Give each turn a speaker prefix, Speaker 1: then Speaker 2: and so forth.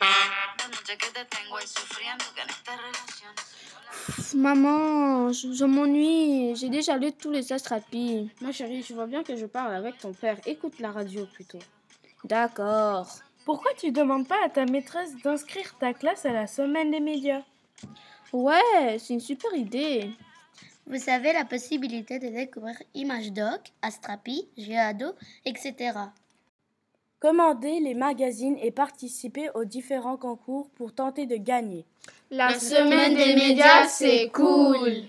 Speaker 1: La noche que te tengo ahí sufriendo, que en esta relación
Speaker 2: Pff, Maman, je, je m'ennuie. J'ai déjà lu tous les astrapis.
Speaker 3: Ma chérie, tu vois bien que je parle avec ton père. Écoute la radio plutôt.
Speaker 2: D'accord.
Speaker 4: Pourquoi tu demandes pas à ta maîtresse d'inscrire ta classe à la semaine des médias
Speaker 2: Ouais, c'est une super idée.
Speaker 5: Vous avez la possibilité de découvrir ImageDoc, Astrapi, Geado, etc.
Speaker 4: Commander les magazines et participer aux différents concours pour tenter de gagner.
Speaker 6: La semaine des médias, c'est cool